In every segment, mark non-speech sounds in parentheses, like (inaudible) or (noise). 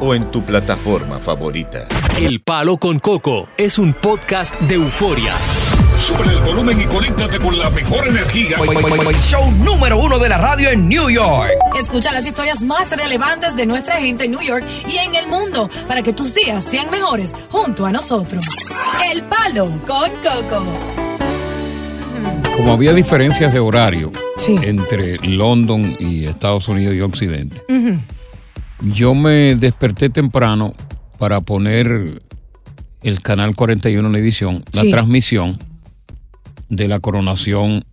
o en tu plataforma favorita. El Palo con Coco es un podcast de euforia. Sube el volumen y conéctate con la mejor energía. Show número uno de la radio en New York. Escucha las historias más relevantes de nuestra gente en New York y en el mundo para que tus días sean mejores junto a nosotros. El Palo con Coco. Como había diferencias de horario Sí. entre London y Estados Unidos y Occidente, yo me desperté temprano para poner el canal 41 en edición, la Sí. transmisión de la coronación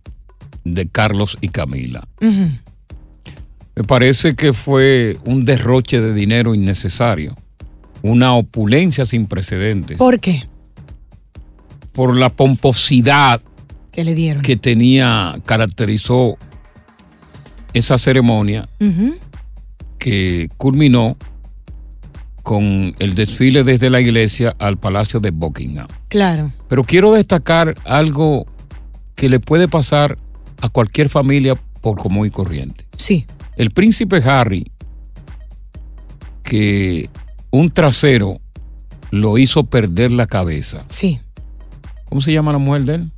de Carlos y Camila. Me parece que fue un derroche de dinero innecesario, una opulencia sin precedentes ¿Por qué? por la pomposidad ¿Qué le dieron? que tenía, caracterizó esa ceremonia Ujú. que culminó con el desfile desde la iglesia al Palacio de Buckingham. Claro. Pero quiero destacar algo que le puede pasar a cualquier familia por común y corriente. Sí. El príncipe Harry, que un trasero lo hizo perder la cabeza. Sí. ¿Cómo se llama la mujer de él?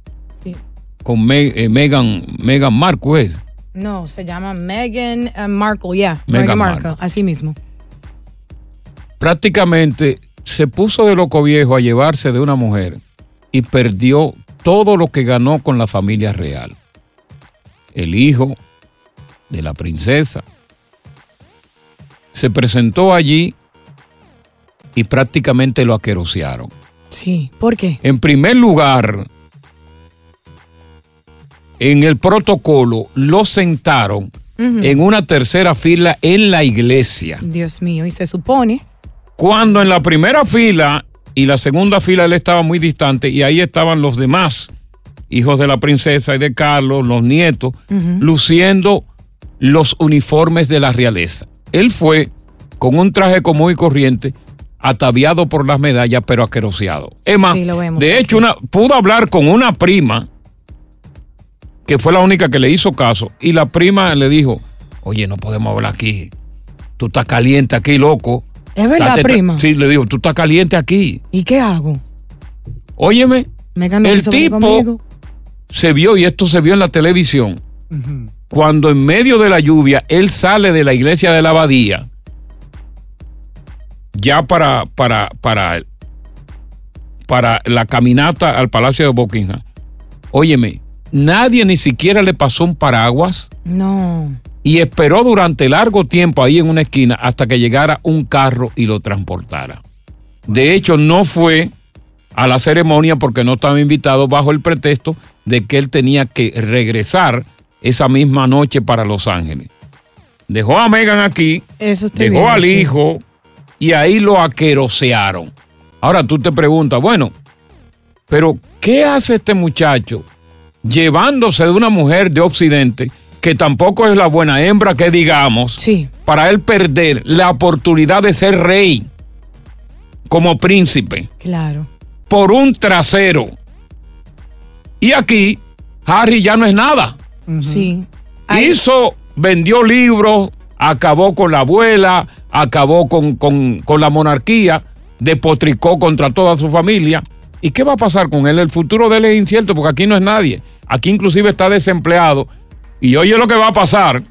Sí. Con Me- eh, Meghan, Meghan Markle. pues. ¿es? No, se llama Meghan eh, Markle, ya. Meghan Meghan Markle. Markle, así mismo. prácticamente se puso de loco viejo a llevarse de una mujer y perdió todo lo que ganó con la familia real. El hijo de la princesa se presentó allí y prácticamente lo aquerosearon. Sí. ¿Por qué? En primer lugar, en el protocolo lo sentaron en una tercera fila en la iglesia Dios mío. Y se supone. cuando en la primera fila y la segunda fila él estaba muy distante y ahí estaban los demás hijos de la princesa y de Carlos, los nietos, luciendo los uniformes de la realeza. Él fue con un traje común y corriente, ataviado por las medallas, pero aqueroseado. Es más, Sí, lo vemos. de hecho, una, pudo hablar con una prima, que fue la única que le hizo caso, y la prima le dijo, oye, no podemos hablar aquí, tú estás caliente aquí, loco. Es verdad, Date tra- prima. Sí, le digo, tú estás caliente aquí. ¿Y qué hago? Óyeme, Megan no El quiso venir tipo- conmigo. se vio, y esto se vio en la televisión, cuando en medio de la lluvia él sale de la iglesia de la abadía, ya para, para, para, para la caminata al Palacio de Buckingham. Óyeme, nadie ni siquiera le pasó un paraguas No. y esperó durante largo tiempo ahí en una esquina hasta que llegara un carro y lo transportara. De hecho, no fue a la ceremonia porque no estaba invitado bajo el pretexto de que él tenía que regresar esa misma noche para Los Ángeles. Dejó a Megan aquí, Eso está dejó bien, al sí. hijo y ahí lo aquerosearon. Ahora tú te preguntas, bueno, pero ¿qué hace este muchacho llevándose de una mujer de Occidente que tampoco es la buena hembra que digamos Sí. para él perder la oportunidad de ser rey como príncipe Claro. por un trasero? Y aquí Harry ya no es nada. Sí. Ay, Hizo, vendió libros, acabó con la abuela, acabó con, con- con la monarquía, despotricó contra toda su familia. ¿Y qué va a pasar con él? El futuro de él es incierto porque aquí no es nadie. Aquí inclusive está desempleado. Y oye lo que va a pasar.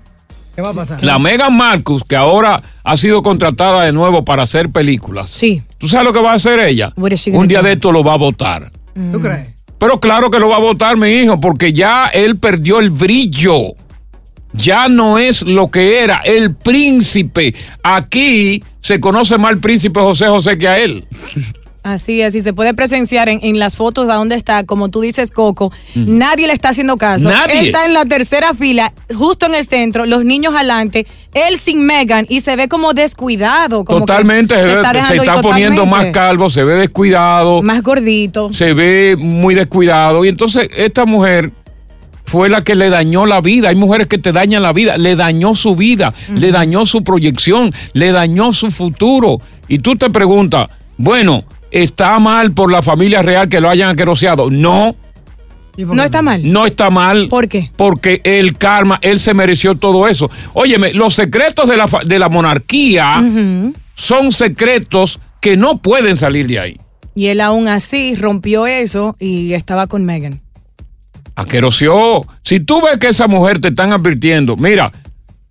¿Qué va a pasar? La Megan Marcus, que ahora ha sido contratada de nuevo para hacer películas. Sí. ¿Tú sabes lo que va a hacer ella? What is she gonna Un día do? de esto lo va a votar. Mm. ¿Tú crees? Pero claro que lo va a votar mi hijo, porque ya él perdió el brillo. Ya no es lo que era el príncipe. Aquí se conoce más al príncipe José José que a él. Así es, y se puede presenciar en, en las fotos a dónde está, como tú dices, Coco, nadie le está haciendo caso. Nadie. Él está en la tercera fila, justo en el centro, los niños adelante, él sin Megan, y se ve como descuidado. Como que totalmente, se, ve- dejando se ir está poniendo más totalmente. calvo, se ve descuidado, Más gordito. se ve muy descuidado. Y entonces esta mujer fue la que le dañó la vida. Hay mujeres que te dañan la vida, le dañó su vida, le dañó su proyección, le dañó su futuro. Y tú te preguntas, bueno, ¿está mal por la familia real que lo hayan aqueroseado? No. No está mal. No está mal. ¿Por qué? Porque el karma, él se mereció todo eso. Óyeme, los secretos de la, fa- de la monarquía son secretos que no pueden salir de ahí. Y él aún así rompió eso y estaba con Megan. Aqueroseó. Si tú ves que esa mujer te están advirtiendo, mira,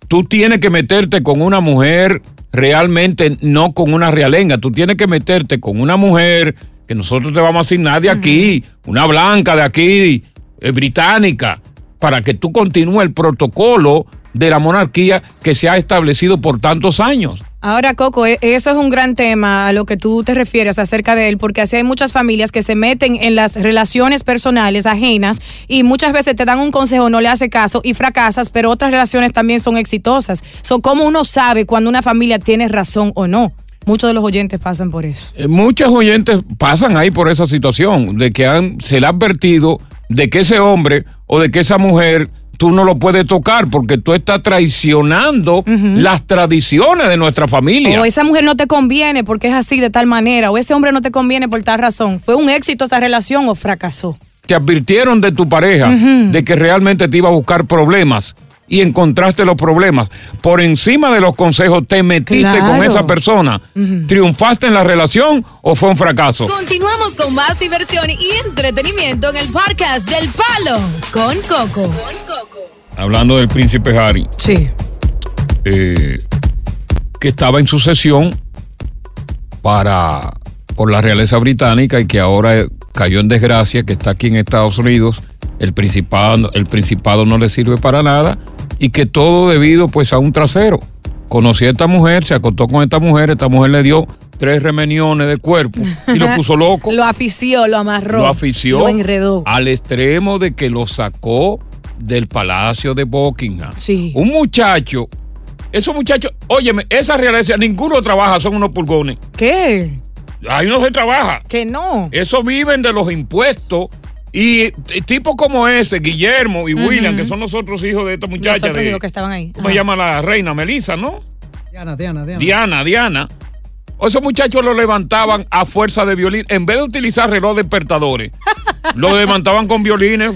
tú tienes que meterte con una mujer realmente, no con una realenga. Tú tienes que meterte con una mujer que nosotros te vamos a asignar de aquí, una blanca de aquí, eh, británica, para que tú continúes el protocolo de la monarquía que se ha establecido por tantos años. Ahora, Coco, e- eso es un gran tema a lo que tú te refieres acerca de él, porque así hay muchas familias que se meten en las relaciones personales ajenas y muchas veces te dan un consejo, no le hace caso y fracasas, pero otras relaciones también son exitosas. So, ¿Cómo uno sabe cuando una familia tiene razón o no? Muchos de los oyentes pasan por eso. Eh, Muchos oyentes pasan ahí por esa situación, de que han, se le ha advertido de que ese hombre o de que esa mujer tú no lo puedes tocar porque tú estás traicionando las tradiciones de nuestra familia. O esa mujer no te conviene porque es así de tal manera, o ese hombre no te conviene por tal razón. ¿Fue un éxito esa relación o fracasó? Te advirtieron de tu pareja, de que realmente te iba a buscar problemas y encontraste los problemas. Por encima de los consejos te metiste con Claro. esa persona. ¿Triunfaste en la relación o fue un fracaso? Continuamos con más diversión y entretenimiento en el podcast del Palo con Coco. Hablando del príncipe Harry. Sí. eh, que estaba en sucesión para por la realeza británica y que ahora eh, cayó en desgracia, que está aquí en Estados Unidos, el principado, el principado no le sirve para nada y que todo debido pues a un trasero. Conocí a esta mujer, se acostó con esta mujer, esta mujer le dio tres remeniones de cuerpo y lo puso loco. Lo afició, lo amarró. Lo afició. Ah. Lo enredó. Al extremo de que lo sacó del palacio de Buckingham. Sí. Un muchacho. Esos muchachos, óyeme, esa realeza, ninguno trabaja, son unos pulgones. ¿Qué? Ahí no se trabaja. Que no. Esos viven de los impuestos. Y t- tipos como ese, Guillermo y William, que son los otros hijos de esta Los muchacha. otros de- digo que estaban ahí. ¿Cómo se Ajá. llama la reina? Melissa, ¿no? Diana, Diana, Diana. Diana, Diana. O Esos muchachos lo levantaban a fuerza de violín. En vez de utilizar reloj (laughs) despertadores, lo levantaban con violines.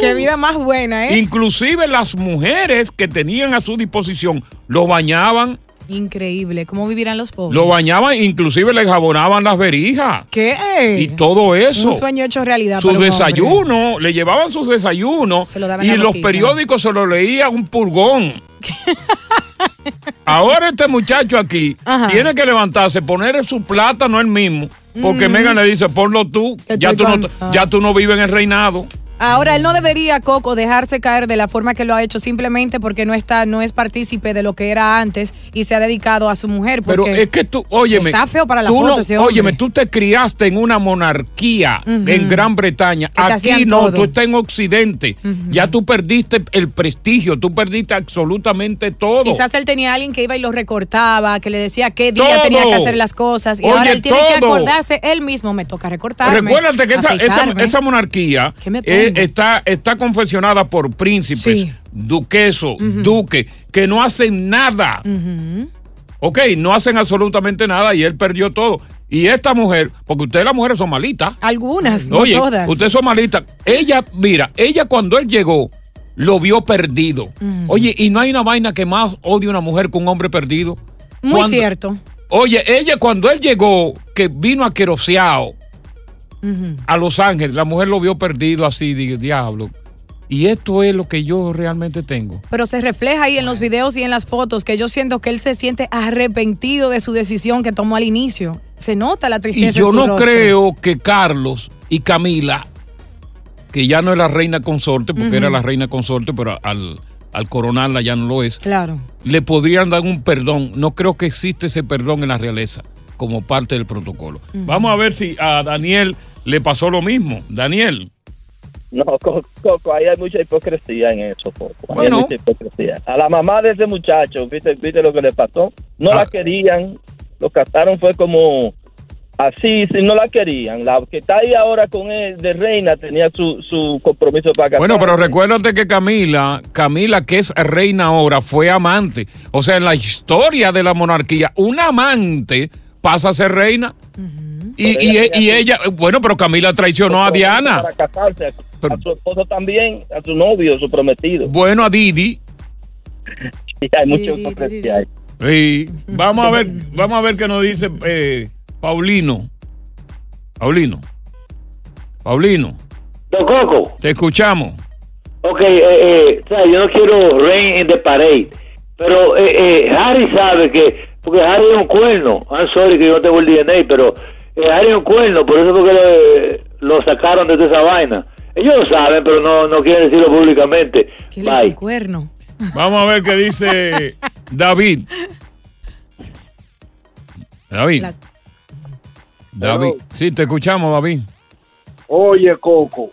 Qué vida más buena, ¿eh? Inclusive las mujeres que tenían a su disposición lo bañaban, Increíble. ¿Cómo vivirán los pobres? lo bañaban, inclusive le jabonaban las verijas ¿Qué? y todo eso. Un sueño hecho realidad. Sus para un hombre. desayunos, le llevaban sus desayunos Se lo daban y a los Boquita. periódicos se lo leía un (laughs) purgón. Ahora este muchacho aquí Ajá. tiene que levantarse, poner su plata, no el mismo, porque Megan le dice, ponlo tú, Que ya tú, estoy no, cansada". ya tú no vives en el reinado. Ahora, él no debería, Coco, dejarse caer de la forma que lo ha hecho simplemente porque no está, no es partícipe de lo que era antes y se ha dedicado a su mujer. Pero porque- es que tú, óyeme. Está feo para la tú foto no- ese hombre. Óyeme, tú te criaste en una monarquía en Gran Bretaña. Que te Aquí hacían no, todo. tú estás en Occidente. Ya tú perdiste el prestigio, tú perdiste absolutamente todo. Quizás él tenía a alguien que iba y lo recortaba, que le decía qué día Todo. tenía que hacer las cosas. Y Oye, ahora él tiene que todo. acordarse, él mismo me toca recortarme. Recuérdate que esa, esa- afeitarme. esa monarquía ¿Qué me eh, pongo? está, está confeccionada por príncipes, Sí. duquesos, duques, que no hacen nada. Ok, no hacen absolutamente nada y él perdió todo. Y esta mujer, porque ustedes las mujeres son malitas. Algunas, no Oye, todas. usted es somalita. Ella, mira, ella cuando él llegó, lo vio perdido. Oye, y no hay una vaina que más odie una mujer que un hombre perdido. Muy Cuando- cierto. Oye, ella cuando él llegó, que vino a Queroseao, a Los Ángeles, la mujer lo vio perdido así, di- diablo. Y esto es lo que yo realmente tengo. Pero se refleja ahí en los videos y en las fotos que yo siento que él se siente arrepentido de su decisión que tomó al inicio. Se nota la Y tristeza. yo en su no rostro. creo que Carlos y Camila, que ya no es la reina consorte, porque era la reina consorte, pero al, al coronarla ya no lo es. Claro. le podrían dar un perdón. No creo que existe ese perdón en la realeza. como parte del protocolo. Vamos a ver si a Daniel le pasó lo mismo. Daniel. No, Co- Coco, ahí hay mucha hipocresía en eso, Coco. Ahí Bueno. hay mucha hipocresía. A la mamá de ese muchacho, ¿viste, viste lo que le pasó? No Ah. la querían, lo casaron fue como así, si no la querían. La que está ahí ahora con él de reina tenía su, su compromiso para casarse. Bueno, pero recuérdate que Camila, Camila que es reina ahora, fue amante. O sea, en la historia de la monarquía, un amante pasa a ser reina. Y, e, y- Pero y ella, bueno, pero Camila traicionó a Compromiso Diana. Para casarse, a, Pero- a su esposo también, a su novio, su prometido. Bueno, a Didi. Y hay mucha Di, di, di, hipocresía ahí. Sí. Vamos a ver, vamos a ver qué nos dice eh, Paulino. Paulino. Paulino, Don Coco, te escuchamos. ok, eh, eh, o sea, yo no quiero rain in the parade, pero eh, eh, Harry sabe que, porque Harry es un cuerno, I'm sorry que yo no tengo el DNA, pero eh, Harry es un cuerno, por eso porque lo, lo sacaron de toda esa vaina. Ellos lo saben, pero no, no quieren decirlo públicamente. ¿Qué le hizo un Bye. cuerno? Vamos a ver qué (laughs) dice David. David. La- David. Sí, te escuchamos, David. Oye, Coco,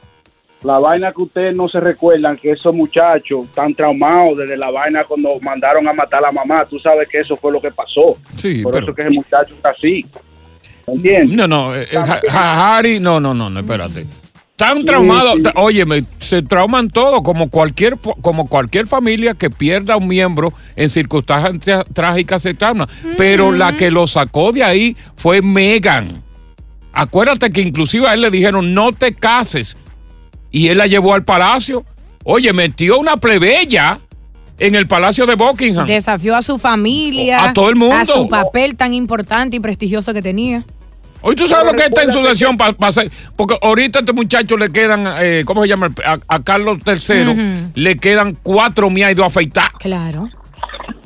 la vaina que ustedes no se recuerdan, que esos muchachos están traumados desde la vaina cuando mandaron a matar a la mamá. Tú sabes que eso fue lo que pasó. Sí, Por pero- eso que ese muchacho está así. ¿Me ¿Entiendes? No, no, eh, eh, Ja- Ja- Harry, no, no, no, no, espérate. Tan traumado, sí. ta- óyeme, se trauman todos, como cualquier, po- como cualquier familia que pierda un miembro en circunstancias trágicas se trauma. Pero la que lo sacó de ahí fue Megan. Acuérdate que inclusive a él le dijeron, no te cases. Y él la llevó al palacio. Oye, metió una plebeya en el palacio de Buckingham. Desafió a su familia. A todo el mundo. A su papel tan importante y prestigioso que tenía. Hoy tú sabes lo que está en su sesión para porque ahorita a este muchacho le quedan, eh, ¿cómo se llama? A, a Carlos III Ujú. le quedan cuatro mías y dos afeitadas. Claro.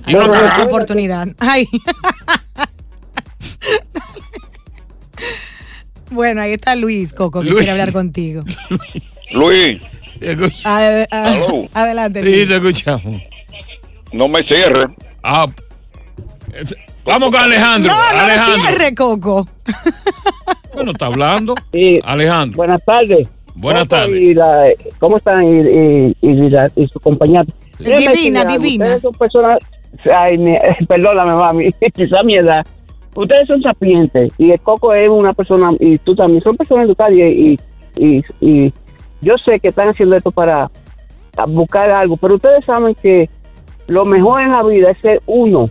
Y una Tuvo cagada. su oportunidad. Ay. bueno, ahí está Luis Coco, que Luis. quiere hablar contigo. Luis, (laughs) Sí, Ade- a- Aló. adelante. Luis. te escuchamos. no me cierres. Ah, eh, vamos con Alejandro. No, no me Alejandro. cierre, Coco. Bueno, está hablando. Sí. Alejandro. Buenas tardes. Buenas Coco tardes. y la- ¿Cómo están? Y, y- y la- y su compañía. Créeme que Divina, la- divina. Ustedes son personas. Ay, me- (laughs) perdóname, mami. (laughs) Quizá mi edad. Ustedes son sapientes. Y el Coco es una persona. Y tú también. Son personas educadas. Y, y, y, y yo sé que están haciendo esto para a buscar algo. Pero ustedes saben que lo mejor en la vida es ser uno.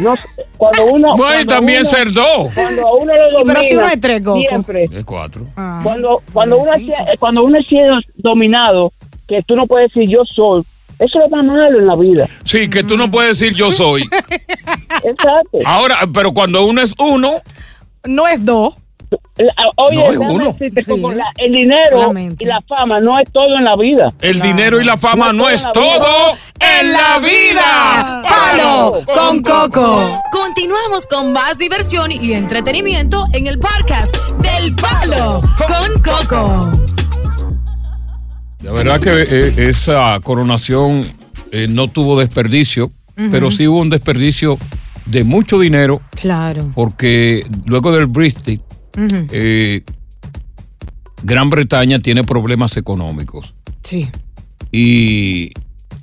No, cuando uno. (laughs) Bueno, y cuando también uno- ser dos. Cuando a uno lo Y pero si domina, uno es tres, Coco. siempre Es cuatro. Ah, cuando cuando uno pobrecito. es- cuando uno es sido dominado que tú no puedes decir yo soy eso es lo más malo en (laughs) la vida Sí, que tú no puedes decir yo soy. exacto Ahora, pero cuando uno es uno, No es dos. La- oye No, es déjame uno. decirte, Sí. Coco, la- el dinero Solamente. y la fama no es todo en la vida el dinero y la fama no, No es es todo en la todo en la vida. Palo con Coco. Continuamos con más diversión y entretenimiento en el podcast del Palo con Coco. La verdad que eh, esa coronación eh, no tuvo desperdicio, pero sí hubo un desperdicio de mucho dinero Claro. porque luego del Brexit, Ujú. eh, Gran Bretaña tiene problemas económicos Sí. y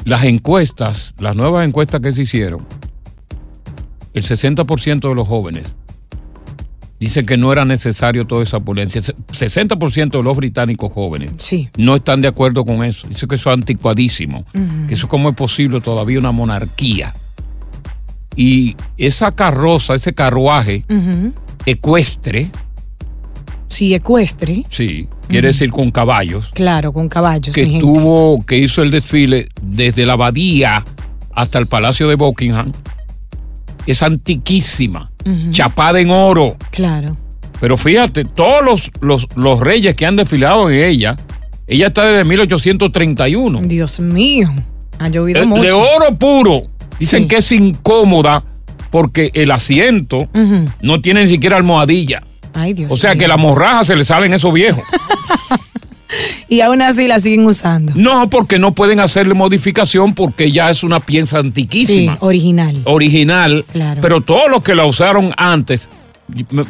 las encuestas, las nuevas encuestas que se hicieron, el 60% de los jóvenes dice que no era necesario toda esa ponencia. 60% de los británicos jóvenes Sí. no están de acuerdo con eso. Dice que eso es anticuadísimo. Que eso cómo es posible todavía una monarquía. Y esa carroza, ese carruaje Ujú. ecuestre, Sí, ecuestre. sí, quiere decir con caballos, Claro, con caballos. que mi gente. tuvo, que hizo el desfile desde la abadía hasta el Palacio de Buckingham, es antiquísima, chapada en oro. Claro. Pero fíjate, todos los, los, los reyes que han desfilado en ella, ella está desde 1831. Dios mío. Ha llovido Eh, mucho. de oro puro. Dicen Sí. que es incómoda porque el asiento Ujú. no tiene ni siquiera almohadilla. Ay, Mm. Dios O sea mío. que la morraja se le salen (laughs) esos viejos. Y aún así la siguen usando. No, porque no pueden hacerle modificación porque ya es una pieza Sí, antiquísima, original. original. Claro. Pero todos los que la usaron antes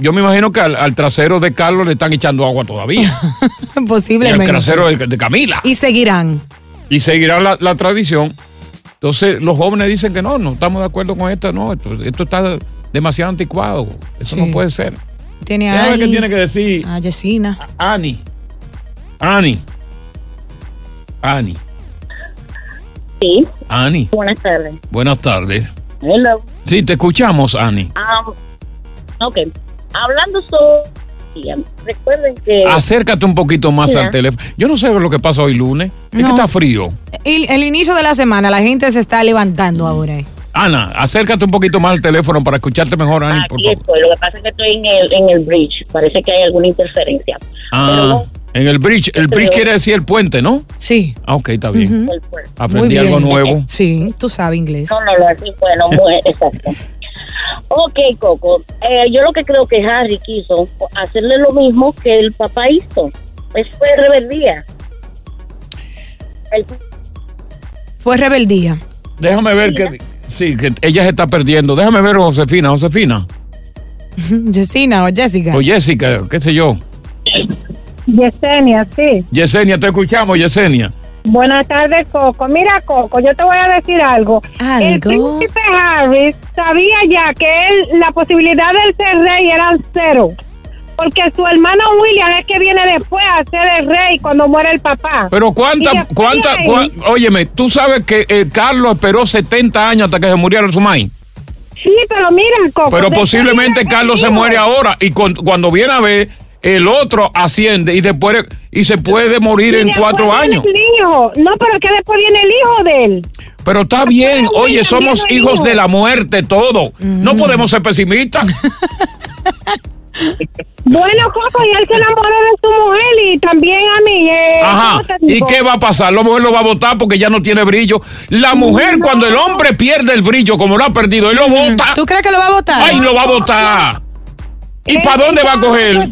Yo me imagino que al, al trasero de Carlos le están echando (laughs) agua todavía. Oh. y al (laughs) Posiblemente. trasero de, de Camila. Y seguirán. Y seguirá la, la tradición. Entonces, los jóvenes dicen que no, no estamos de acuerdo con esta, no, esto, esto está demasiado anticuado. Eso no puede ser. Tiene Déjame a ver Ani, qué tiene que decir a Yesina. Ani. Ani. Ani. Sí. Ani. Buenas tardes. Buenas tardes. Hello. Sí, te escuchamos, Ani. Am, ok. Hablando sobre. Recuerden que. Acércate un poquito más Ya. al teléfono. Yo no sé lo que pasa hoy lunes. Es No. que está frío. Y el inicio de la semana, la gente se está levantando ahora. eh. Ana, acércate un poquito más al teléfono para escucharte mejor, Ani, por Aquí favor. estoy. Lo que pasa es que estoy en el, en el bridge. Parece que hay alguna interferencia. Ah, en el bridge. El bridge Pero- quiere decir el puente, ¿no? Sí. Ah, ok, está bien. ¿Mm? Ujú. Aprendí Muy bien. algo nuevo. Sí, tú sabes inglés. No, no, no, así fue, no, muy- exacto. Ok, Coco. Eh, yo lo que creo que Harry quiso fue hacerle lo mismo que el papá hizo. Eso fue rebeldía. El- Fue rebeldía. (laughs) Déjame ver que. Sí, que ella se está perdiendo. Déjame ver a Josefina. Josefina. Yesina o Jessica. O Jessica, qué sé yo. Yesenia, sí. Yesenia, te escuchamos, Yesenia. Buenas tardes, Coco. Mira, Coco, yo te voy a decir algo. El príncipe Harry sabía ya que él, la posibilidad de él ser rey era cero. Porque su hermano William es que viene después a ser el rey cuando muere el papá. Pero Y cuánta, después cuánta, de ahí- cua- óyeme, tú sabes que eh, Carlos esperó 70 años hasta que se muriera su mãe. Sí, pero mira, Coco. Pero de- posiblemente Carlos se muere ahora y con- cuando viene a ver, el otro asciende y después y se puede morir y en después cuatro viene años. el hijo. No, pero es que después viene el hijo de él. Pero está bien, oye, somos el hijos hijo. de la muerte todo. No podemos ser pesimistas. Bueno, Coco, y él se enamoró de su mujer y también a mí. eh, Ajá. ¿cómo te ¿Y digo? qué va a pasar? La mujer lo va a votar porque ya no tiene brillo. La mujer, cuando el hombre pierde el brillo, como lo ha perdido, él lo vota. ¿Tú crees que lo va a votar? ¡Ay, lo va a votar! ¿Y Él para dónde va a ya es su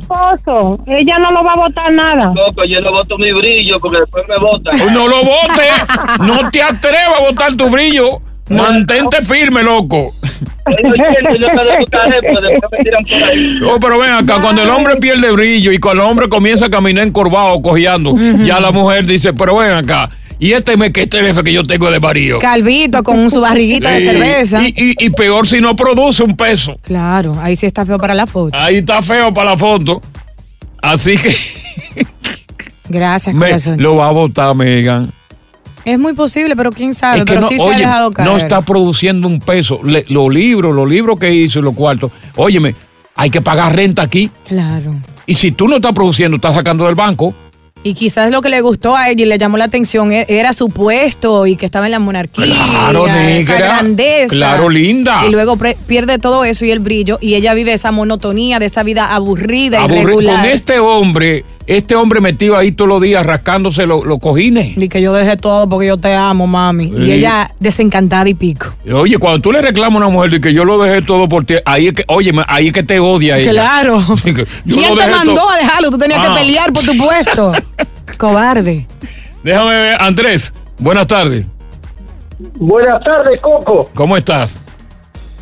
coger? esposo. Ella no lo va a votar nada. Coco, yo no voto mi brillo porque después me (laughs) votan. No lo vote. No te atrevas a votar tu brillo. Mantente firme, loco. Oh, pero ven acá, cuando el hombre pierde brillo y cuando el hombre comienza a caminar encorvado, cojeando, ya la mujer dice, pero ven acá, y este me que este jefe que yo tengo de varío. Calvito con su barriguita de Sí. cerveza. Y, y- y peor si no produce un peso. Claro, ahí sí está feo para la foto. Ahí está feo para la foto. Así que Gracias, me- corazón. lo va a votar Megan. Es muy posible, pero quién sabe. Es que pero no, sí se oye, ha dejado caer. no está produciendo un peso. Le- los libros, los libros que hizo y los cuartos. Óyeme, hay que pagar renta aquí. Claro. Y si tú no estás produciendo, estás sacando del banco. Y quizás lo que le gustó a ella y le llamó la atención e- era su puesto y que estaba en la monarquía. Claro, esa negra. grandeza. Claro, linda. Y luego pre- pierde todo eso y el brillo y ella vive esa monotonía de esa vida aburrida, Aburri- irregular. con este hombre, este hombre metido ahí todos los días rascándose lo- los cojines. Y que yo dejé todo porque yo te amo, mami. Sí. Y ella desencantada y pico. Oye, cuando tú le reclamas a una mujer de que yo lo dejé todo por ti, ahí es que, oye, ahí es que te odia ella. Claro. Sí, que (laughs) yo ¿Quién lo te dejé mandó todo. a dejarlo? Tú tenías Ah. que pelear por (laughs) tu puesto. Cobarde. Déjame ver, Andrés, buenas tardes. Buenas tardes, Coco. ¿Cómo estás?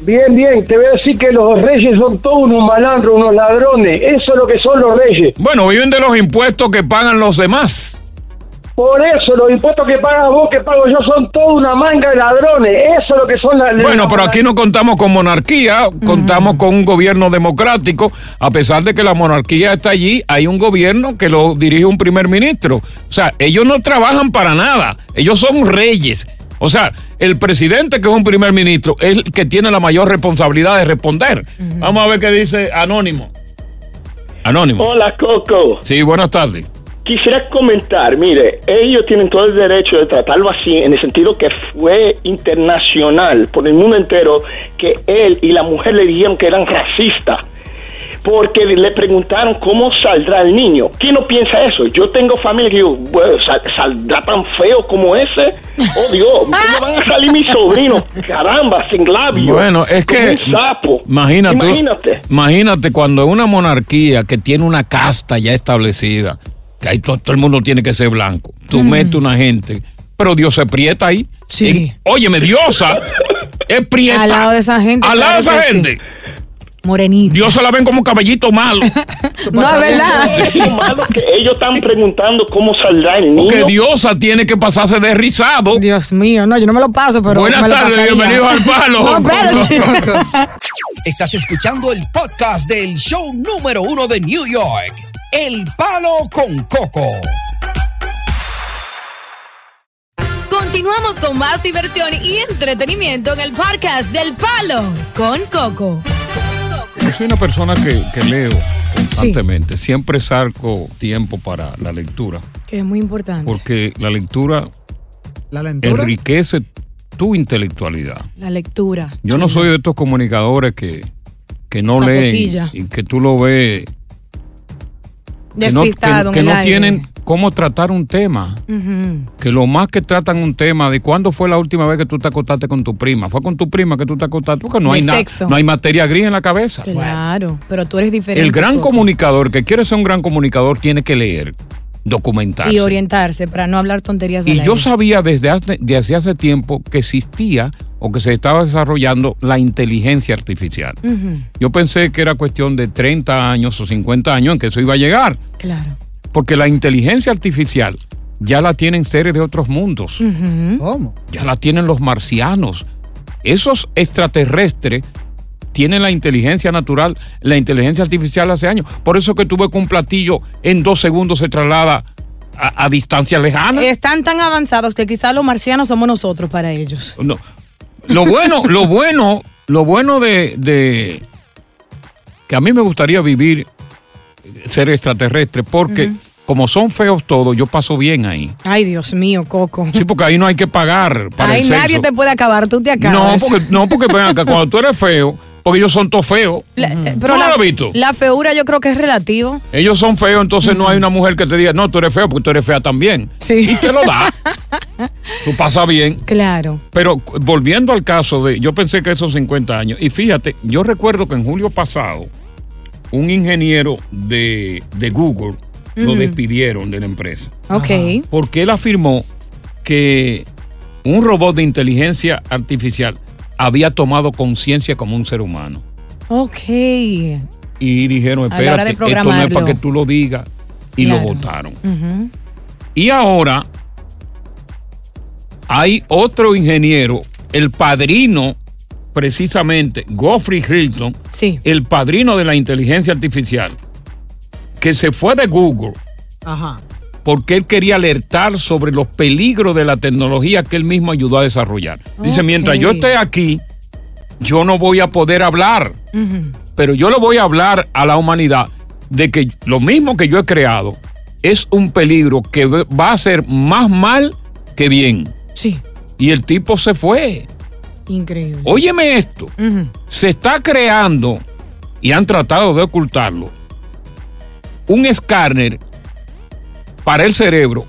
Bien, bien, te voy a decir que los reyes son todos unos malandros, unos ladrones. Eso es lo que son los reyes. Bueno, viven de los impuestos que pagan los demás. Por eso los impuestos que pagas vos, que pago yo, son toda una manga de ladrones. Eso es lo que son las... Bueno, pero aquí no contamos con monarquía, contamos con un gobierno democrático. A pesar de que la monarquía está allí, hay un gobierno que lo dirige un primer ministro. O sea, ellos no trabajan para nada, ellos son reyes. O sea, el presidente que es un primer ministro es el que tiene la mayor responsabilidad de responder. Vamos a ver qué dice Anónimo. Anónimo. Hola, Coco. Sí, buenas tardes. Quisiera comentar, mire, ellos tienen todo el derecho de tratarlo así, en el sentido que fue internacional por el mundo entero que él y la mujer le dijeron que eran racistas. Porque le preguntaron cómo saldrá el niño. ¿Quién no piensa eso? Yo tengo familia que digo, bueno, sal- ¿saldrá tan feo como ese? Oh Dios, ¿cómo van a salir mis sobrinos? Caramba, sin labios. Bueno, es como que. Un sapo. Imagínate. tú- Imagínate. Imagínate cuando una monarquía que tiene una casta ya establecida, que ahí to- todo, el mundo tiene que ser blanco, tú Mm. metes una gente, pero Dios se prieta ahí. Sí. óyeme, diosa es prieta. Al lado de esa gente. Al lado de claro esa que sí. gente. Morenito. Dios se la ven como un caballito (laughs) malo. No, es verdad. Que ellos están preguntando cómo saldrá el niño. Porque Diosa tiene que pasarse de rizado. Oh. Dios mío, no, yo no me lo paso, pero. Buenas me lo tardes, pasaría. bienvenidos al palo. No, (laughs) espérate. Estás escuchando el podcast del show número uno de New York, El Palo con Coco. Continuamos con más diversión y entretenimiento en el podcast del Palo con Coco. Yo soy una persona que, que leo constantemente. Siempre saco tiempo para la lectura. Que es muy importante. Porque la lectura La enriquece tu intelectualidad. La lectura. Yo no soy de estos comunicadores que, que no Pacotilla. leen y que tú lo ves. que no- que- Despistado que en el no aire. tienen cómo tratar un tema. Ujú. que lo más que tratan un tema de cuándo fue la última vez que tú te acostaste con tu prima, fue con tu prima que tú te acostaste, porque no De hay nada, sexo. no hay materia gris en la cabeza. Claro, pero tú eres diferente. El gran Coco. comunicador que quiere ser un gran comunicador tiene que leer, documentarse. Y orientarse para no hablar tonterías. Y al yo aire. sabía desde hace, desde hace tiempo que existía o que se estaba desarrollando la inteligencia artificial. Ujú, Yo pensé que era cuestión de 30 años o 50 años en que eso iba a llegar, Claro. porque la inteligencia artificial ya la tienen seres de otros mundos. ¿Cómo? Ya la tienen los marcianos. Esos extraterrestres tienen la inteligencia natural, la inteligencia artificial hace años. Por eso que tuve que un platillo en dos segundos se traslada a, a distancias lejanas. Están tan avanzados que quizás los marcianos somos nosotros para ellos. No. Lo bueno, lo bueno, lo bueno de, de- que a mí me gustaría vivir eh, ser extraterrestre, porque Ujú. como son feos todos, yo paso bien ahí. Ay, Dios mío, Coco. Sí, porque ahí no hay que pagar para Ay, el sexo. nadie te puede acabar, tú te No, acabas. porque, no, porque ven acá, cuando tú eres feo, porque ellos son todos feos. La- eh, pero Mm. ¿Tú no la, lo has visto? la feura yo creo que es relativo. Ellos son feos, entonces no hay una mujer que te diga, no, tú eres feo, porque tú eres fea también. Sí. Y te lo (laughs) da. tú pasas bien. Claro. Pero cu- volviendo al caso de, yo pensé que esos 50 años, y fíjate, yo recuerdo que en julio pasado, un ingeniero de, de Google lo Ujú. despidieron de la empresa. Ok. Porque él afirmó que un robot de inteligencia artificial había tomado conciencia como un ser humano. Ok. Y dijeron, A la hora espérate, de esto no es para programarlo". que tú lo digas. Y Claro. lo votaron. Ujú. Y ahora hay otro ingeniero, el padrino, precisamente, Geoffrey Hilton, el padrino de la inteligencia artificial, que se fue de Google Ajá. porque él quería alertar sobre los peligros de la tecnología que él mismo ayudó a desarrollar. Dice, Ok. mientras yo esté aquí, yo no voy a poder hablar, pero yo le voy a hablar a la humanidad de que lo mismo que yo he creado es un peligro que ve- va a ser más mal que bien. Sí. Y el tipo se fue. Increíble. Óyeme esto, Ujú. se está creando, y han tratado de ocultarlo, un escáner para el cerebro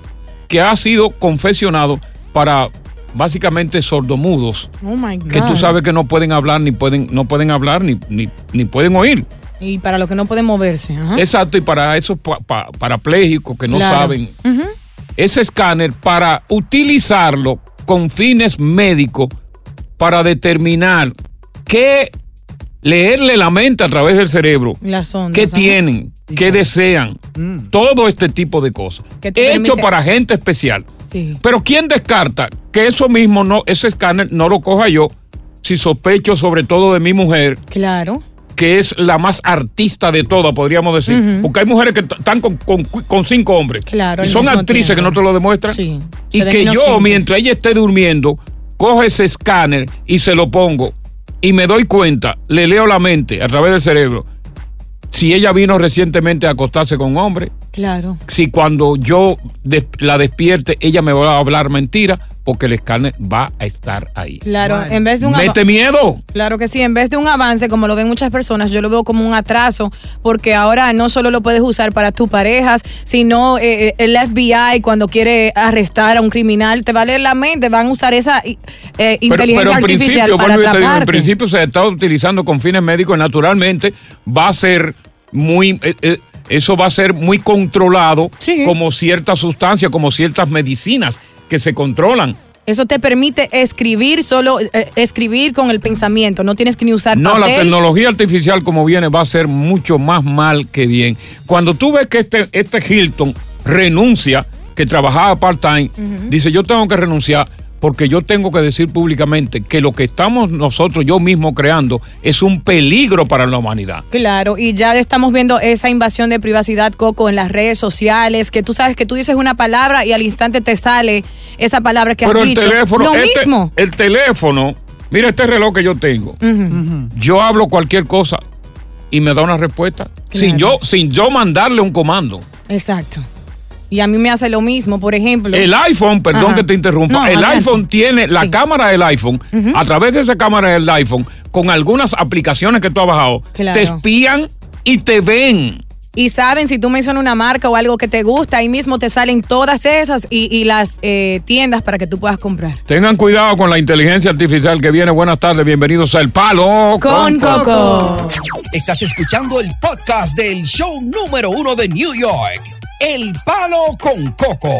que ha sido confeccionado para básicamente sordomudos, Oh my God. que tú sabes que no pueden hablar, ni pueden, no pueden hablar, ni, ni, ni pueden oír. Y para los que no pueden moverse. ajá. Exacto, y para esos pa- pa- parapléjicos que no Claro. saben Ujú. ese escáner para utilizarlo con fines médicos para determinar qué leerle la mente a través del cerebro, Las ondas. qué ajá. tienen, qué desean, todo este tipo de cosas. Que te Hecho permite- para gente especial. Sí. Pero ¿quién descarta que eso mismo no ese escáner no lo coja yo si sospecho sobre todo de mi mujer? Claro. que es la más artista de todas, podríamos decir. Ujú. Porque hay mujeres que t- están con, con- con cinco hombres. Claro, Y al son mismo actrices que no te lo demuestran. Sí. Y Se ven que yo, inocentes. mientras ella esté durmiendo, cojo ese escáner y se lo pongo. Y me doy cuenta, le leo la mente a través del cerebro. Si ella vino recientemente a acostarse con un hombre, Claro. si cuando yo des- la despierte, ella me va a hablar mentira, porque el escáner va a estar ahí. Claro. En vez de un ¡Mete ava- miedo! Claro que sí, en vez de un avance, como lo ven muchas personas, yo lo veo como un atraso, porque ahora no solo lo puedes usar para tus parejas, sino eh, eh, el FBI cuando quiere arrestar a un criminal, te va a leer la mente, van a usar esa eh, inteligencia pero en artificial principio, para vuelvo y te digo, atraparte. en principio se está utilizando con fines médicos, naturalmente va a ser muy eh, eh, eso va a ser muy controlado como ciertas sustancias, como ciertas medicinas que se controlan. Eso te permite escribir solo, eh, escribir con el pensamiento, no tienes que ni usar No, la papel. tecnología artificial como viene va a ser mucho más mal que bien. Cuando tú ves que este, este Hilton renuncia, que trabajaba part-time, Ujú. dice yo tengo que renunciar porque yo tengo que decir públicamente que lo que estamos nosotros, yo mismo creando, es un peligro para la humanidad. Claro, y ya estamos viendo esa invasión de privacidad, Coco, en las redes sociales, que tú sabes que tú dices una palabra y al instante te sale esa palabra que Pero has el dicho. teléfono, Lo este- mismo. el teléfono, mira este reloj que yo tengo. Ujú. Yo hablo cualquier cosa y me da una respuesta sin yo sin yo mandarle un comando. Exacto. Y a mí me hace lo mismo, por ejemplo. El iPhone, perdón Ajá. que te interrumpa, No, el adelante. iPhone tiene la cámara del iPhone, Ujú. a través de esa cámara del iPhone, con algunas aplicaciones que tú has bajado, Claro. te espían y te ven. Y saben, si tú mencionas una marca o algo que te gusta, ahí mismo te salen todas esas y, y las eh, tiendas para que tú puedas comprar. Tengan cuidado con la inteligencia artificial que viene. Buenas tardes, bienvenidos al Palo Con Coco. Estás escuchando el podcast del show número uno de New York, El Palo con Coco.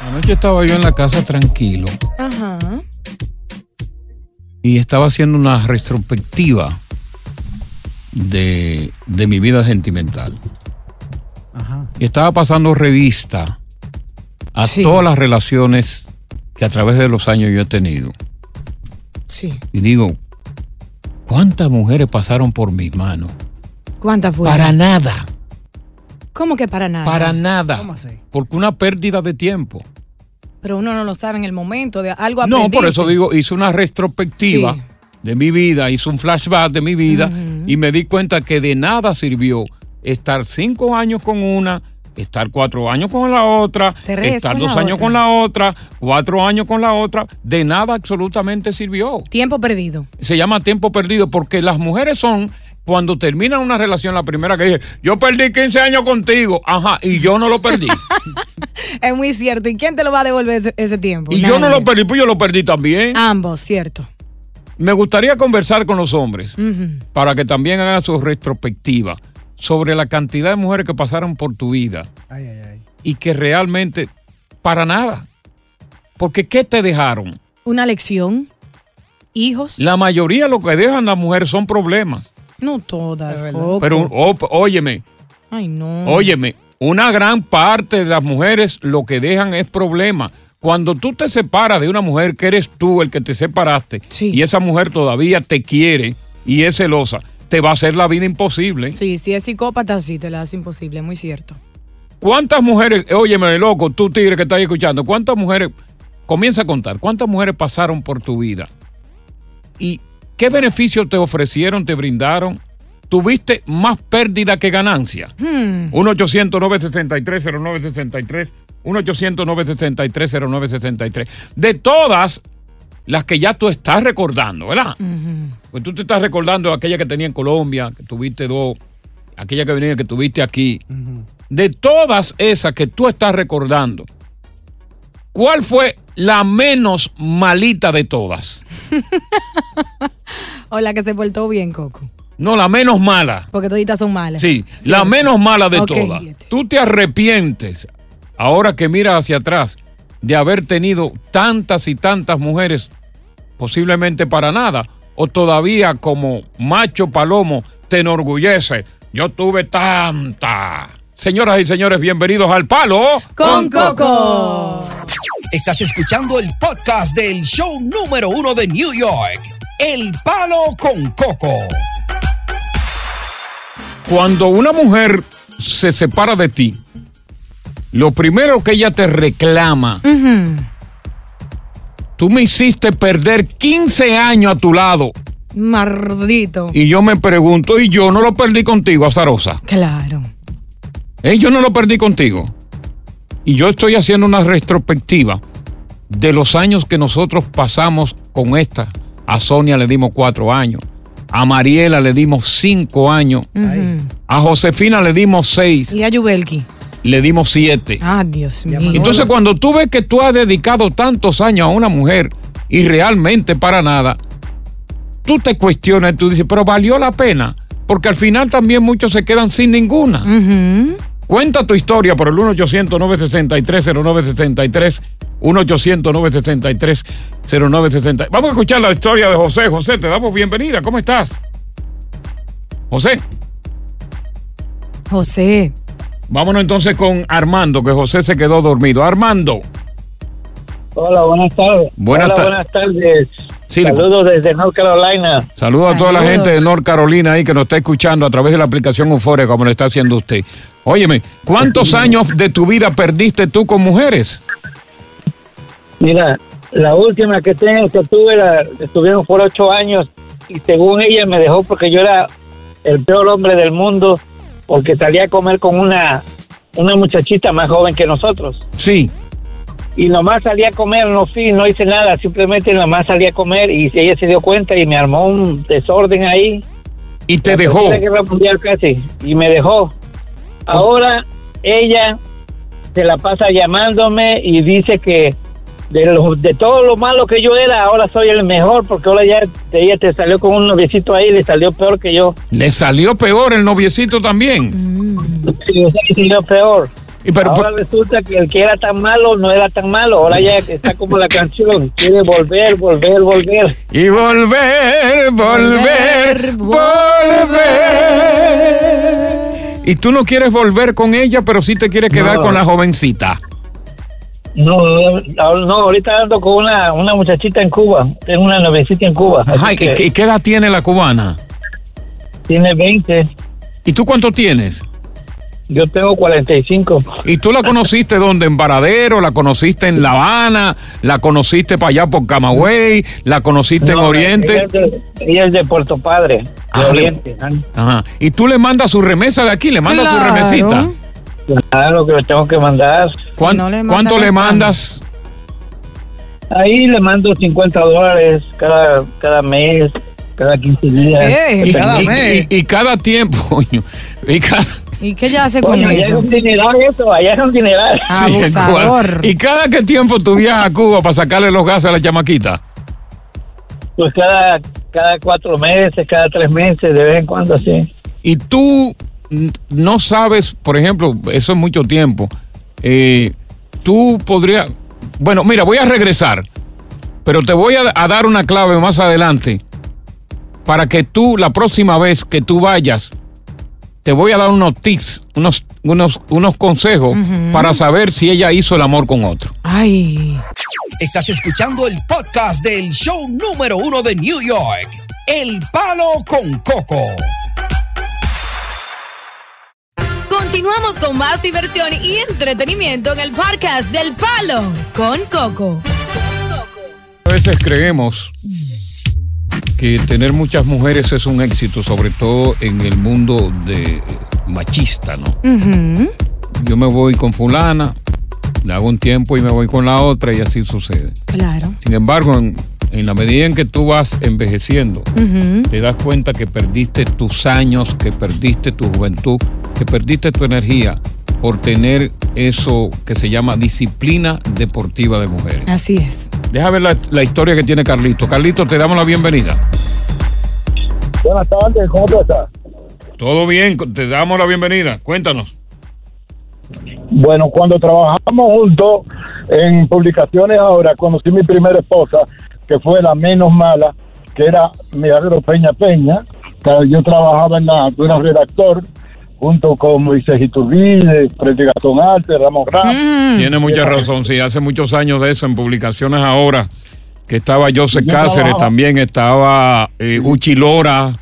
Anoche estaba yo en la casa tranquilo Ajá. y estaba haciendo una retrospectiva de, de mi vida sentimental. Y estaba pasando revista a todas las relaciones que a través de los años yo he tenido. Sí. Y digo, ¿cuántas mujeres pasaron por mis manos? ¿Cuántas fueron? Para nada, ¿Cómo que para nada? para nada. Porque una pérdida de tiempo. Pero uno no lo sabe en el momento, de algo No, aprendiste. por eso digo, hice una retrospectiva de mi vida, hice un flashback de mi vida y me di cuenta que de nada sirvió estar cinco años con una, estar cuatro años con la otra, Tres estar con dos la años otra. con la otra, cuatro años con la otra, de nada absolutamente sirvió. Tiempo perdido. Se llama tiempo perdido porque las mujeres son... Cuando terminan una relación, la primera que dice, yo perdí 15 años contigo, ajá, y yo no lo (laughs) perdí. Es muy cierto. ¿Y quién te lo va a devolver ese, ese tiempo? y yo no lo perdí, pues yo lo perdí también. Ambos, cierto. Me gustaría conversar con los hombres. Ujú. para que también hagan su retrospectiva sobre la cantidad de mujeres que pasaron por tu vida y que realmente para nada. Porque ¿qué te dejaron? Una lección. Hijos. La mayoría lo que dejan las mujeres son problemas. No todas. Coco. Pero o- óyeme, Ay, no. óyeme, una gran parte de las mujeres lo que dejan es problemas. Cuando tú te separas de una mujer que eres tú el que te separaste y esa mujer todavía te quiere y es celosa, te va a hacer la vida imposible. Sí, si es psicópata, sí, te la hace imposible. Muy cierto. ¿Cuántas mujeres, óyeme, loco, tú tigre que estás ahí escuchando, cuántas mujeres, comienza a contar, cuántas mujeres pasaron por tu vida? ¿Y qué beneficios te ofrecieron, te brindaron? ¿Tuviste más pérdida que ganancia? Hmm. 1-800-963-0963. 1-800-963-0963. De todas las que ya tú estás recordando, ¿verdad? Pues tú te estás recordando de aquella que tenía en Colombia, que tuviste dos, aquella que venía, que tuviste aquí. De todas esas que tú estás recordando, ¿cuál fue la menos malita de todas? O la que se portó bien, Coco. No, la menos mala. Porque toditas son malas. Sí, la menos mala de Ok, todas. Tú te arrepientes, ahora que miras hacia atrás, de haber tenido tantas y tantas mujeres, posiblemente para nada, o todavía como macho palomo te enorgullece. Yo tuve tanta. Señoras y señores, bienvenidos al Palo Estás escuchando el podcast del show número uno de New York, El Palo con Coco. Cuando una mujer se separa de ti, lo primero que ella te reclama Tú me hiciste perder 15 años a tu lado. Mardito. Y yo me pregunto, ¿y yo no lo perdí contigo, Azarosa? Claro. ¿Eh? Yo no lo perdí contigo. Y yo estoy haciendo una retrospectiva de los años que nosotros pasamos con esta. A Sonia le dimos cuatro años. A Mariela le dimos cinco años. Ujú. A Josefina le dimos seis. Y a Yubelki. Le dimos siete. Ah, Dios mío. Entonces cuando tú ves que tú has dedicado tantos años a una mujer y realmente para nada, tú te cuestionas y tú dices, pero valió la pena, porque al final también muchos se quedan sin ninguna. Mm. Cuenta tu historia por el 1 800 963 0963 1-800-963-0960. Vamos a escuchar la historia de José. José, te damos bienvenida. ¿Cómo estás? José. José. Vámonos entonces con Armando, que José se quedó dormido. Armando. Hola, buenas tardes. Buenas, Hola, ta- buenas tardes. Sí, Saludos desde North Carolina. Saludos a toda la Saludos. gente de North Carolina ahí que nos está escuchando a través de la aplicación Euforia, como lo está haciendo usted. Óyeme, ¿cuántos años de tu vida perdiste tú con mujeres? Mira, la última que tengo que tuve, la, estuvieron por ocho años y según ella me dejó porque yo era el peor hombre del mundo porque salía a comer con una una muchachita más joven que nosotros. Sí. Y nomás salía a comer, no fui, no hice nada, simplemente nomás salía a comer y ella se dio cuenta y me armó un desorden ahí. Y te dejó. casi, y me dejó. Ahora ella se la pasa llamándome y dice que de, lo- de todo lo malo que yo era, ahora soy el mejor porque ahora ya te- ella te salió con un noviecito ahí, le salió peor que yo. Le salió peor el noviecito también. Mm. Sí, o sea, le salió peor. pero- pues- ahora resulta que el que era tan malo no era tan malo, ahora ya está como la (laughs) canción, quiere volver, volver, volver. Y volver, volver, volver. Y tú no quieres volver con ella, pero sí te quieres quedar No. con la jovencita. No, no, no, ahorita ando con una, una muchachita en Cuba, tengo una noviecita en Cuba. así Ajá, ¿y que qué- qué edad tiene la cubana? Tiene 20. ¿Y tú cuánto tienes? Yo tengo 45. ¿Y tú la conociste dónde? ¿En Varadero? ¿La conociste en La Habana? ¿La conociste para allá por Camagüey? ¿La conociste en no, Ella Oriente? es de, ella es de Puerto Padre, de Ah, de- Oriente. ajá. Ajá. ¿Y tú le mandas su remesa de aquí? ¿Le mandas su Claro. remesita? Claro que Pues lo tengo que mandar. ¿Cuán- no le mandan ¿Cuánto le los mandas? Ahí le mando 50 dólares cada, cada mes, cada 15 días. Y, Dependiendo. y- y- y cada tiempo, (laughs) coño. Y cada, ¿Y qué ella hace con Coño, allá es eso? un dineral eso, allá es un dineral. Sí, cuadro. ¿Y cada qué tiempo tú viajas a Cuba para sacarle los gases a la chamaquita? Pues cada, cada cuatro meses, cada tres meses, de vez en cuando así. Y tú n- no sabes, por ejemplo, eso es mucho tiempo. eh, tú podrías. Bueno, mira, voy a regresar, pero te voy a, a dar una clave más adelante para que tú, la próxima vez que tú vayas, te voy a dar unos tips, unos, unos, unos consejos Ujú. para saber si ella hizo el amor con otro. Ay. Estás escuchando el podcast del show número uno de New York, El Palo con Coco. Continuamos con más diversión y entretenimiento en el podcast del Palo con Coco. A veces creemos que tener muchas mujeres es un éxito, sobre todo en el mundo de eh, machista, ¿no? Yo me voy con fulana, le hago un tiempo y me voy con la otra y así sucede. Claro. Sin embargo, en, en la medida en que tú vas envejeciendo, te das cuenta que perdiste tus años, que perdiste tu juventud, que perdiste tu energía por tener eso que se llama disciplina deportiva de mujeres. Así es. Deja ver la, la historia que tiene Carlito. Carlito, te damos la bienvenida. Buenas tardes, ¿cómo tú estás? Todo bien, te damos la bienvenida. Cuéntanos. Bueno, cuando trabajamos juntos en publicaciones ahora, conocí mi primera esposa, que fue la menos mala, que era Milagro Peña Peña. que Yo trabajaba en la, yo era redactor junto con Moisés Iturbide, Freddy Gastón Arte, Ramón Ramos. Tiene mucha razón. Sí, hace muchos años de eso, en publicaciones ahora, que estaba Joseph Yo Cáceres, trabajo. también estaba eh, Uchi Lora,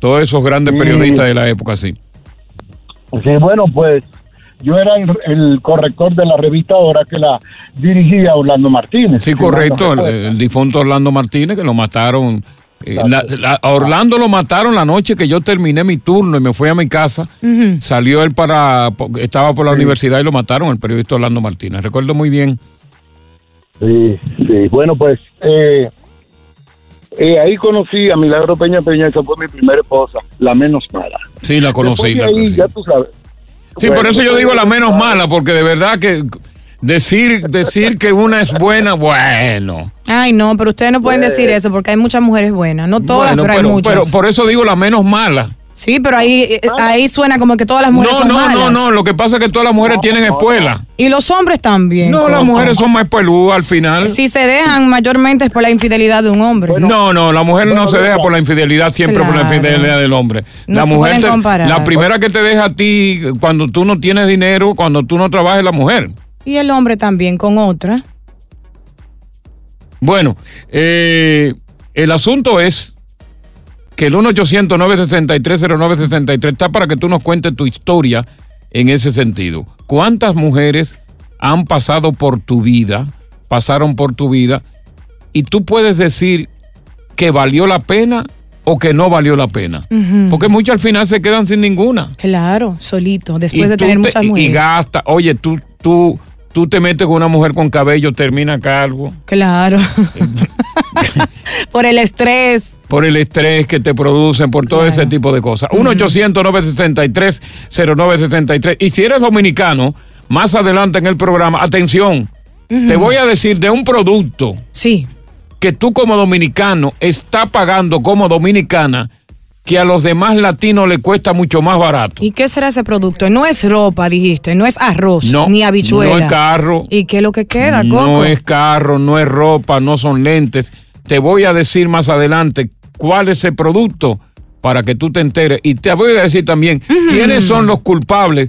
todos esos grandes Sí. periodistas de la época, sí. Sí, bueno, pues yo era el, el corrector de la revista ahora que la dirigía Orlando Martínez. pues, Sí, correcto, el, el difunto Orlando Martínez, que lo mataron. eh, la- la- a Orlando lo mataron la noche que yo terminé mi turno y me fui a mi casa. Salió él para. po- Estaba por la universidad y lo mataron, el periodista Orlando Martínez. Recuerdo muy bien. Sí, sí. Bueno, pues eh, eh, ahí conocí a Milagro Peña Peña, esa fue mi primera esposa, la menos mala. Sí, la Después conocí. de la ahí, conocí. ya tú sabes. Sí, por eso yo digo la menos mala, porque de verdad que decir, decir que una es buena, bueno. Ay, no, Pues. pero ustedes no pueden decir eso porque hay muchas mujeres buenas. No todas, Bueno, pero, hay pero, muchas. pero por eso digo la menos mala. Sí, pero ahí, eh, Ah. ahí suena como que todas las mujeres no, son no, malas. No, no, Lo que pasa es que todas las mujeres tienen espuela. Y los hombres también. No, las Coco. mujeres son más espuelúas al final. Si se dejan mayormente es por la infidelidad de un hombre. no, no, la mujer no se deja por la infidelidad, siempre por la Claro. infidelidad del hombre. No la se mujer, pueden te- comparar. la primera que te deja a ti cuando tú no tienes dinero, cuando tú no trabajas, es la mujer. Y el hombre también con otra. Bueno, eh, el asunto es que el 1 800 963 está para que tú nos cuentes tu historia en ese sentido. ¿Cuántas mujeres han pasado por tu vida, pasaron por tu vida, y tú puedes decir que valió la pena o que no valió la pena? Ujú. Porque muchas al final se quedan sin ninguna Claro, solito, y después de tú tener te- muchas y- mujeres. Y gasta. Oye, tú, tú, tú te metes con una mujer con cabello, termina calvo. (laughs) Claro. por el estrés. Por el estrés que te producen, por todo ese tipo de cosas. 1-800-963-0973. Y si eres dominicano, más adelante en el programa, atención, Ujú. te voy a decir de un producto. Sí. Que tú como dominicano está pagando como dominicana que a los demás latinos le cuesta mucho más barato. ¿Y qué será ese producto? No es ropa, dijiste, no es arroz, ni habichuela. No es carro. ¿Y qué es lo que queda, No Coco? es carro, no es ropa, no son lentes. Te voy a decir más adelante cuál es el producto para que tú te enteres. Y te voy a decir también quiénes son los culpables